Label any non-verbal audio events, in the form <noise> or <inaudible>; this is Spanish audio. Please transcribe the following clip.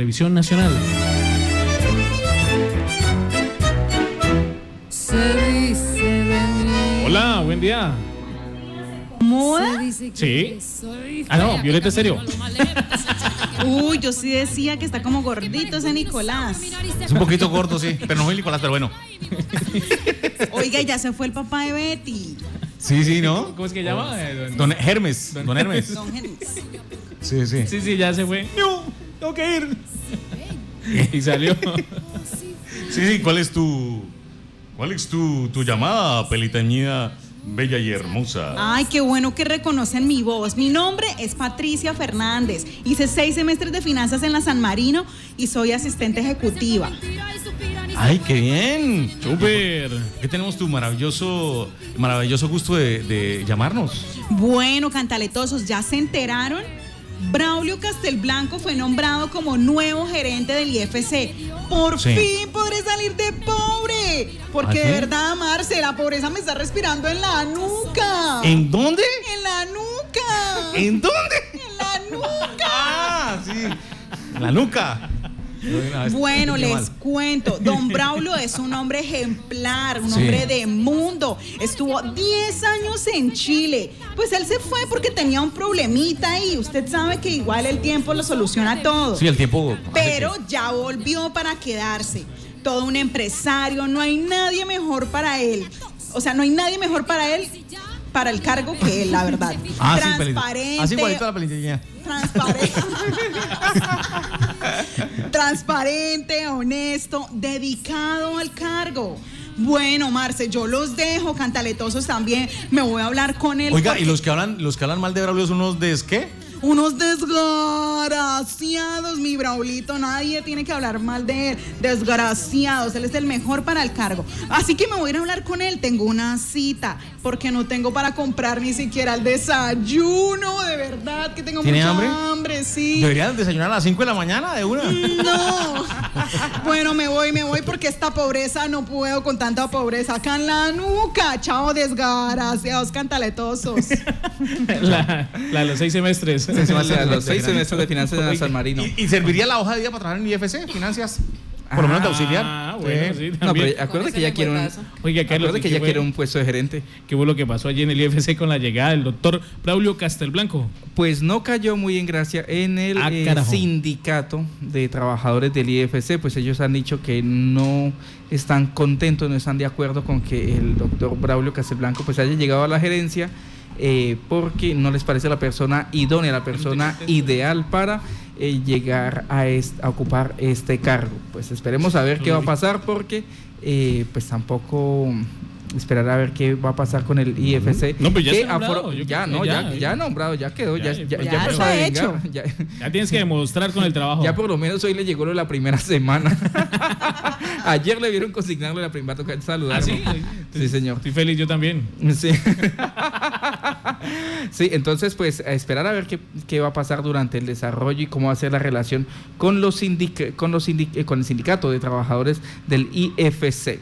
Televisión Nacional. Se dice de mí. Hola, buen día. Se dice que Sí. soy Ah, no, fea, Violeta, que ¿en serio? camino a lo más lejos. Uy, yo sí decía que está como gordito ese Nicolás. Es un poquito corto, sí, pero no soy Nicolás, pero bueno. Oiga, ya se fue el papá de Betty. Sí, sí, ¿no? ¿Cómo es que llama? Eh, don- Don Hermes, don Hermes. Don Genis. Sí, sí. Sí, sí, ya se fue. No, tengo que ir. y <laughs> salió. Sí, sí, ¿cuál es tu cuál es tu, tu llamada, pelitañida, bella y hermosa? Ay, qué bueno que reconocen mi voz. Mi nombre es Patricia Fernández. Hice seis semestres de finanzas en la San Marino y soy asistente ejecutiva. Ay, qué bien. Super. ¿Qué tenemos tu maravilloso maravilloso gusto de, de llamarnos? Bueno, cantaletosos, ¿ya se enteraron? Braulio Castelblanco fue nombrado como nuevo gerente del IFC. Por Sí. fin podré salir de pobre. Porque ¿Ah, de sí? verdad, Marce, la pobreza me está respirando en la nuca. ¿En dónde? En la nuca. ¿En dónde? En la nuca. Ah, sí. La nuca. Ah, Bueno, Qué les mal. cuento, <laughs> don Braulio es un hombre ejemplar, un Sí. hombre de mundo. Estuvo 10 años en Chile. Pues él se fue porque tenía un problemita y usted sabe que igual el tiempo lo soluciona todo. Ah, Sí, el tiempo. Pero ya volvió para quedarse. Todo un empresario, no hay nadie mejor para él. O sea, no hay nadie mejor para él, para el cargo que él, la verdad. Ah, sí, Transparente, pelita. Así igualito a la pelitañida. Transparente. <laughs> Transparente, honesto, dedicado al cargo. Bueno, Marce, yo los dejo, cantaletosos también. Me voy a hablar con él. Oiga, porque y los que hablan, los que hablan mal de Braulio son unos des qué? Unos desgraciados, mi Braulito. Nadie tiene que hablar mal de él. Desgraciados, él es el mejor para el cargo. Así que me voy a ir a hablar con él. Tengo una cita porque no tengo para comprar ni siquiera el desayuno. De verdad que tengo ¿Tiene mucha hambre? sí. Deberían desayunar a las 5 de la mañana de una. No. Bueno, me voy, me voy porque esta pobreza no puedo con tanta pobreza acá en la nuca. Chao, desgraciados, cantaletosos. La, la de los seis semestres. semestres, los seis semestres de finanzas en San Marino. ¿Y, y serviría la hoja de vida para trabajar en IFC, finanzas? Por lo menos de auxiliar. Ah, bueno, sí, No, también. pero acuérdate que ya quiere un, Oiga, Carlos, acuérdate que ¿y qué ya fue? quiere un puesto de gerente. ¿Qué fue lo que pasó allí en el IFC con la llegada del doctor Braulio Castelblanco? Pues no cayó muy en gracia en el Ah, eh, carajo. sindicato de trabajadores del IFC, pues ellos han dicho que no están contentos, no están de acuerdo con que el doctor Braulio Castelblanco pues haya llegado a la gerencia eh, porque no les parece la persona idónea, la persona ideal para eh, llegar a, est- a ocupar este cargo. Pues esperemos a ver qué va a pasar porque eh, pues tampoco esperar a ver qué va a pasar con el IFC. No, pues ya que está nombrado, aforo- yo ya, creo que no, ya, ya, eh. ya nombrado, ya quedó, ya, Ya, Oh. ya, pues, ya ya empezó a está vengar, <laughs> Ya, Ya tienes que demostrar con el trabajo. ya por lo menos hoy le llegó lo de la primera semana. <laughs> Ayer le vieron consignarlo la primera toca ¿Ah, saludar. sí? Sí, señor. Estoy feliz yo también. Sí. <laughs> Sí, entonces pues a esperar a ver qué, qué va a pasar durante el desarrollo y cómo va a ser la relación con los sindic- con los sindic- eh, con el sindicato de trabajadores del IFC.